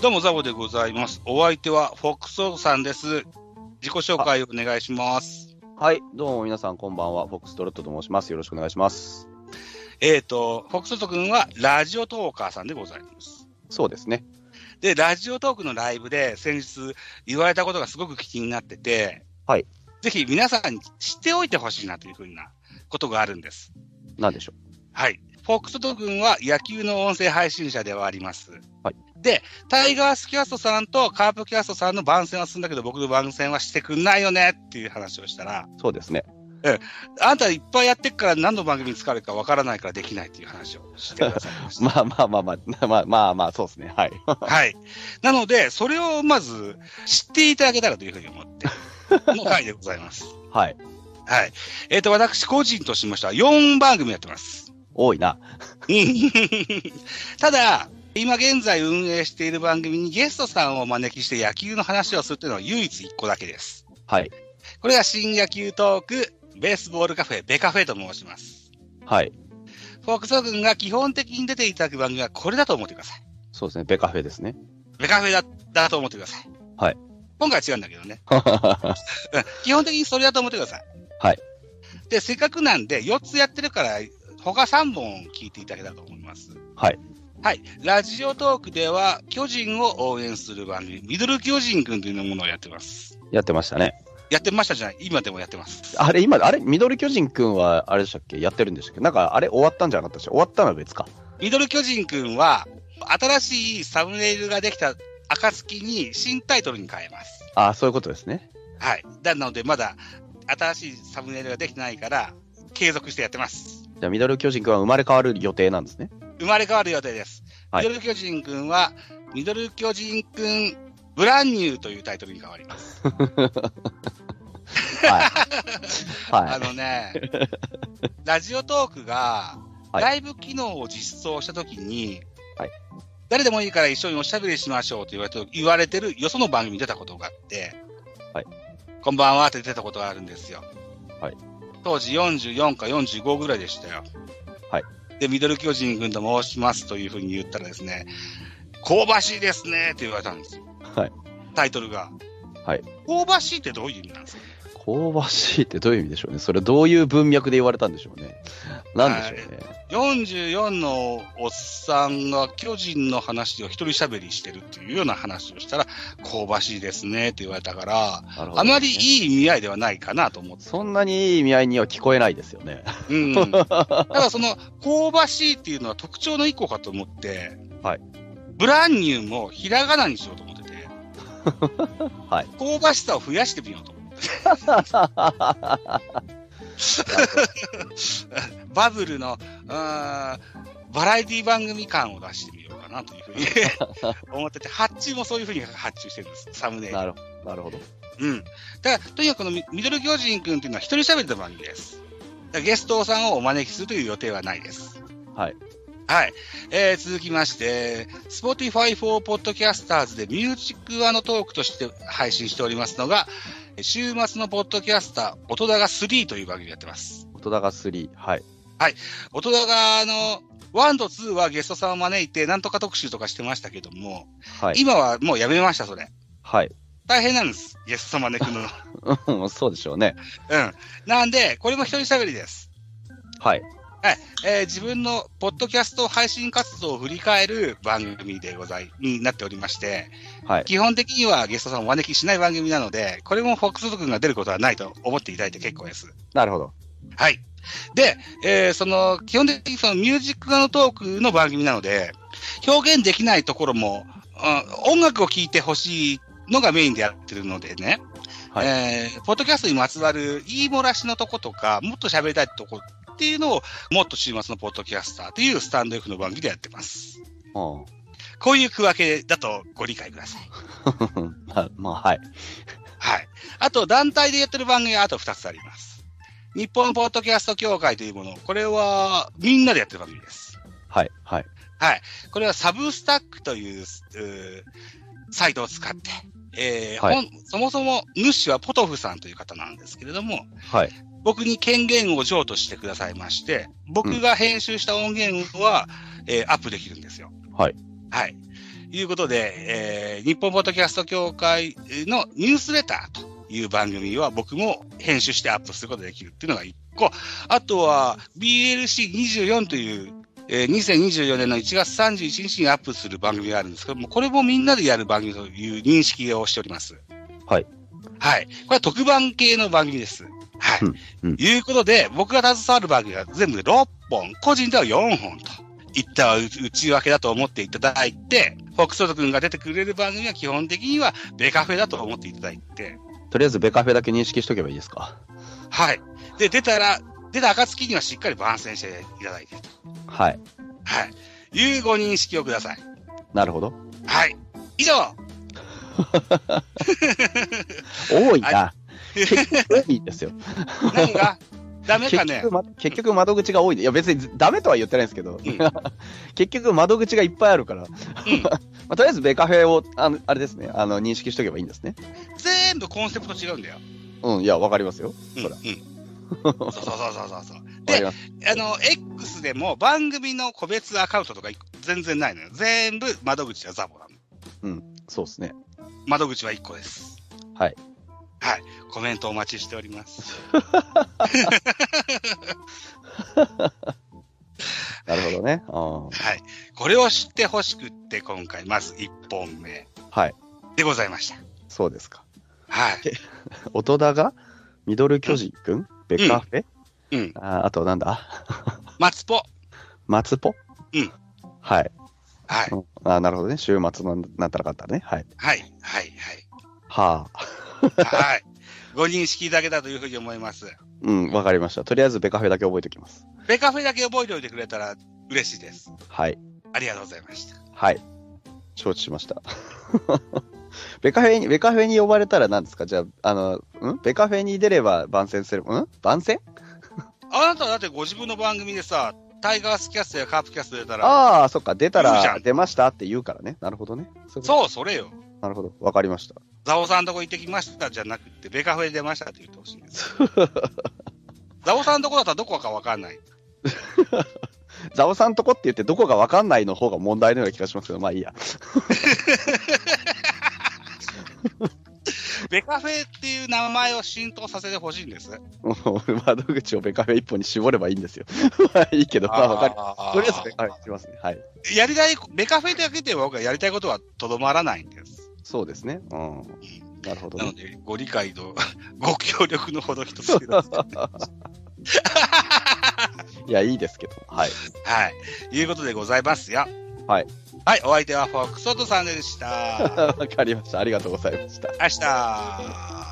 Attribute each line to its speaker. Speaker 1: どうも、ザボでございます。お相手は、フォックソーさんです。自己紹介をお願いします。
Speaker 2: はい、どうも皆さんこんばんは、フォックストロットと申します。よろしくお願いします。
Speaker 1: えっ、と、フォックソート君は、ラジオトーカーさんでございます。
Speaker 2: そうですね。
Speaker 1: で、ラジオトークのライブで、先日、言われたことがすごく気になってて、
Speaker 2: はい。
Speaker 1: ぜひ、皆さんに知っておいてほしいなというふうなことがあるんです。
Speaker 2: なんでしょ
Speaker 1: はい。フォックソート君は、野球の音声配信者ではあります。
Speaker 2: はい。
Speaker 1: で、タイガースキャストさんとカープキャストさんの番宣はするんだけど、僕の番宣はしてくんないよねっていう話をしたら、
Speaker 2: う。そうですね。
Speaker 1: あんたいっぱいやってっから何の番組に使われるかわからないからできないっていう話をしてくださいました。
Speaker 2: まあまあまあまあ、まあまあまあ、そうですね。はい。
Speaker 1: はい。なので、それをまず知っていただけたらというふうに思って、の回でございます。
Speaker 2: はい。
Speaker 1: はい。えっ、と、私個人としましては4番組やってます。
Speaker 2: 多いな。
Speaker 1: うんただ、今現在運営している番組にゲストさんをお招きして野球の話をするというのは唯一1個だけです。
Speaker 2: はい。
Speaker 1: これが新野球トーク、ベースボールカフェ、ベカフェと申します。
Speaker 2: はい。
Speaker 1: フォークソ君が基本的に出ていただく番組はこれだと思ってください。
Speaker 2: そうですね。ベカフェですね。
Speaker 1: ベカフェだだと思ってください。
Speaker 2: はい。
Speaker 1: 今回は違うんだけどね。
Speaker 2: は
Speaker 1: うん基本的にそれだと思ってください。
Speaker 2: はい。
Speaker 1: で、せっかくなんで4つやってるから、他3本聞いていただけたらと思います。
Speaker 2: はい。
Speaker 1: はい。ラジオトークでは、巨人を応援する番組、ミドル巨人くんというものをやってます。
Speaker 2: やってましたね。
Speaker 1: やってましたじゃない今でもやってます。
Speaker 2: あれ、今、あれ、ミドル巨人くんは、あれでしたっけやってるんでしたっけなんか、あれ、終わったんじゃなかったでしょ終わったのは別か。
Speaker 1: ミドル巨人くんは、新しいサムネイルができた暁に新タイトルに変えます。
Speaker 2: ああ、そういうことですね。
Speaker 1: はい。なので、まだ新しいサムネイルができてないから、継続してやってます。
Speaker 2: じゃあ、ミドル巨人くんは生まれ変わる予定なんですね。
Speaker 1: 生まれ変わる予定です。
Speaker 2: はい
Speaker 1: ミドル巨人くんは、ミドル巨人くんブランニューというタイトルに変わります。
Speaker 2: はい。
Speaker 1: あ
Speaker 2: は
Speaker 1: のね、ラジオトークが、
Speaker 2: はい
Speaker 1: ライブ機能を実装したときに、
Speaker 2: はい
Speaker 1: 誰でもいいから一緒におしゃべりしましょうと言われて言われてるよその番組に出たことがあって、
Speaker 2: はい
Speaker 1: こんばんはって出たことがあるんですよ。
Speaker 2: はい
Speaker 1: 当時44か45ぐらいでしたよ。
Speaker 2: はい
Speaker 1: で、ミドル巨人軍と申しますというふうに言ったらですね、香ばしいですねって言われたんですよ。
Speaker 2: はい
Speaker 1: タイトルが。
Speaker 2: はい
Speaker 1: 香ばしいってどういう意味なんですか
Speaker 2: い。香ばしいってどういう意味でしょうね。それ、どういう文脈で言われたんでしょうね。なんでしょうね。
Speaker 1: 44のおっさんが巨人の話を一人喋りしてるっていうような話をしたら、香ばしいですねって言われたから、
Speaker 2: なるほど
Speaker 1: あまりいい意味合いではないかなと思って。
Speaker 2: そんなにいい意味合いには聞こえないですよね。
Speaker 1: うん。 ただその、香ばしいっていうのは特徴の一個かと思って、
Speaker 2: はい。
Speaker 1: ブランニューもひらがなにしようと思ってて、
Speaker 2: はい。
Speaker 1: 香ばしさを増やしてみようと思って。 バブルの、うーんバラエティ番組感を出してみようかなというふうに 思ってて、発注もそういうふうに発注してるんです、サムネイル
Speaker 2: なるなるほど。
Speaker 1: うん。だから、とにかくこのミミドル巨人くんっていうのは一人喋りの番組です。だからゲストさんをお招きするという予定はないです。
Speaker 2: はい。
Speaker 1: はい。えー続きまして、Spotify for Podcasters でミュージックトークとして配信しておりますのが、週末のポッドキャスター、音だが3という番組やってます。
Speaker 2: 音高3。はい。
Speaker 1: 音だがの1と2はゲストさんを招いて、なんとか特集とかしてましたけども、
Speaker 2: はい。
Speaker 1: 今はもうやめました、それ。
Speaker 2: はい。
Speaker 1: 大変なんです。ゲストさん招くの。
Speaker 2: うん、そうでしょうね。
Speaker 1: うん。なんで、これも一人喋りです。
Speaker 2: はい。
Speaker 1: えー自分のポッドキャスト配信活動を振り返る番組でござい、になっておりまして、
Speaker 2: はい。
Speaker 1: 基本的にはゲストさんをお招きしない番組なので、これもフォックス君が出ることはないと思っていただいて結構です。
Speaker 2: なるほど。
Speaker 1: はい。で、えーその、基本的にそのミュージックのトークの番組なので、表現できないところも、うん音楽を聴いてほしいのがメインでやってるのでね、
Speaker 2: はい
Speaker 1: えーポッドキャストにまつわる言い漏らしのとことか、もっと喋りたいとこっていうのを、もっと週末のポッドキャスターというスタンド F の番組でやってます。
Speaker 2: う
Speaker 1: こういう区分けだとご理解ください。
Speaker 2: ん。まあ、まあ、はい。
Speaker 1: はい。あと、団体でやってる番組はあと2つあります。日本ポッドキャスト協会というもの、これはみんなでやってる番組です。
Speaker 2: はい、はい。
Speaker 1: はい。これはサブスタックという、うーサイトを使って、えー
Speaker 2: はい
Speaker 1: 本そもそも主はポトフさんという方なんですけれども、
Speaker 2: はい。
Speaker 1: 僕に権限を譲渡してくださいまして、僕が編集した音源は、えーアップできるんですよ。
Speaker 2: はい。
Speaker 1: はい。いうことで、えー日本ポッドキャスト協会のニュースレターという番組は僕も編集してアップすることができるっていうのが1個。あとは BLC24 という、えー2024年の1月31日にアップする番組があるんですけども、これもみんなでやる番組という認識をしております。
Speaker 2: はい。
Speaker 1: はい。これは特番系の番組です。はい。
Speaker 2: うん
Speaker 1: いうことで、僕が携わる番組が全部で6本、個人では4本と。いった内訳だと思っていただいて、フォックソト君が出てくれる番組は基本的にはベカフェだと思っていただいて、
Speaker 2: とりあえずベカフェだけ認識しとけばいいですか。
Speaker 1: はい。で、出たら、出た暁にはしっかり番宣していただいて、
Speaker 2: はい。
Speaker 1: はい。いうご認識をください。
Speaker 2: なるほど。
Speaker 1: はい。以上
Speaker 2: 多いな。結局多いんで すよ。
Speaker 1: 何 がダメか
Speaker 2: 結
Speaker 1: ね
Speaker 2: 局、ま、結局窓口が多いで。いや、別にダメとは言ってないんですけど、
Speaker 1: うん
Speaker 2: 結局窓口がいっぱいあるから、
Speaker 1: ん
Speaker 2: まあ、とりあえずベカフェをあの、あれですね、あの認識しとけばいいんですね。
Speaker 1: 全部コンセプト違うんだよ。
Speaker 2: うん、いや、わかりますよ。
Speaker 1: うん。
Speaker 2: そうら
Speaker 1: ん。そうそうそうそうそうそう。
Speaker 2: わかります。
Speaker 1: あの、X でも番組の個別アカウントとか一個全然ないのよ。全部窓口はザボなの。
Speaker 2: そうですね。
Speaker 1: 窓口は1個です。
Speaker 2: はい。
Speaker 1: はい。コメントお待ちしております。
Speaker 2: なるほどね。うん
Speaker 1: はい。これを知ってほしくって、今回、まず1本目
Speaker 2: はい。
Speaker 1: でございました。
Speaker 2: そうですか。
Speaker 1: はい。
Speaker 2: 音田がミドル巨人くんベカフェ、
Speaker 1: うん。
Speaker 2: ああとなんだ
Speaker 1: マツポ。
Speaker 2: 松ポ
Speaker 1: うん。
Speaker 2: はい。
Speaker 1: はい。
Speaker 2: うんあなるほどね。週末のなんたらかったらね。はい。
Speaker 1: はい。はい。はい。
Speaker 2: はあ。
Speaker 1: はい。ご認識いただけたというふうに思います。
Speaker 2: うん、わかりました。とりあえずベカフェだけ覚えておきます。
Speaker 1: ベカフェだけ覚えておいてくれたら嬉しいです。
Speaker 2: はい。
Speaker 1: ありがとうございました。
Speaker 2: はい。承知しました。 ベカフェに、ベカフェに呼ばれたら何ですかじゃあ、あの、うんベカフェに出れば番宣する。うん番宣
Speaker 1: あなただってご自分の番組でさ、タイガースキャストやカープキャスト出たら、
Speaker 2: ああ、そっか。出た
Speaker 1: 言うじゃ
Speaker 2: ら
Speaker 1: ん
Speaker 2: 出ましたって言うからね。なるほどね。そういうこと
Speaker 1: そう、それよ。
Speaker 2: なるほど。わかりました。
Speaker 1: ザオさんとこ行ってきましたじゃなくて、ベカフェ出ましたって言ってほしいんです。 ザオさんとこだったらどこかわかんない。
Speaker 2: ザオさんとこって言ってどこがわかんないの方が問題のような気がしますけど、まあいいや。
Speaker 1: ベカフェっていう名前を浸透させてほしいんです。
Speaker 2: もう窓口をベカフェ一本に絞ればいいんですよ。 ま あいいけど、まあわかる。
Speaker 1: あー
Speaker 2: とりあえずベカフェにしますね。はい。
Speaker 1: やりたい、ベカフェだけでは僕はやりたいことはとどまらないんです。
Speaker 2: そうですね。うん。なるほど
Speaker 1: なの
Speaker 2: ね。
Speaker 1: で、ご理解と ご協力のほど一つく ださい。
Speaker 2: いや、いいですけど。はい。
Speaker 1: はい。いうことでございますよ。
Speaker 2: はい。
Speaker 1: はい、 お相手はフォックソトさんでした。
Speaker 2: わかりました。ありがとうございました。
Speaker 1: 明日。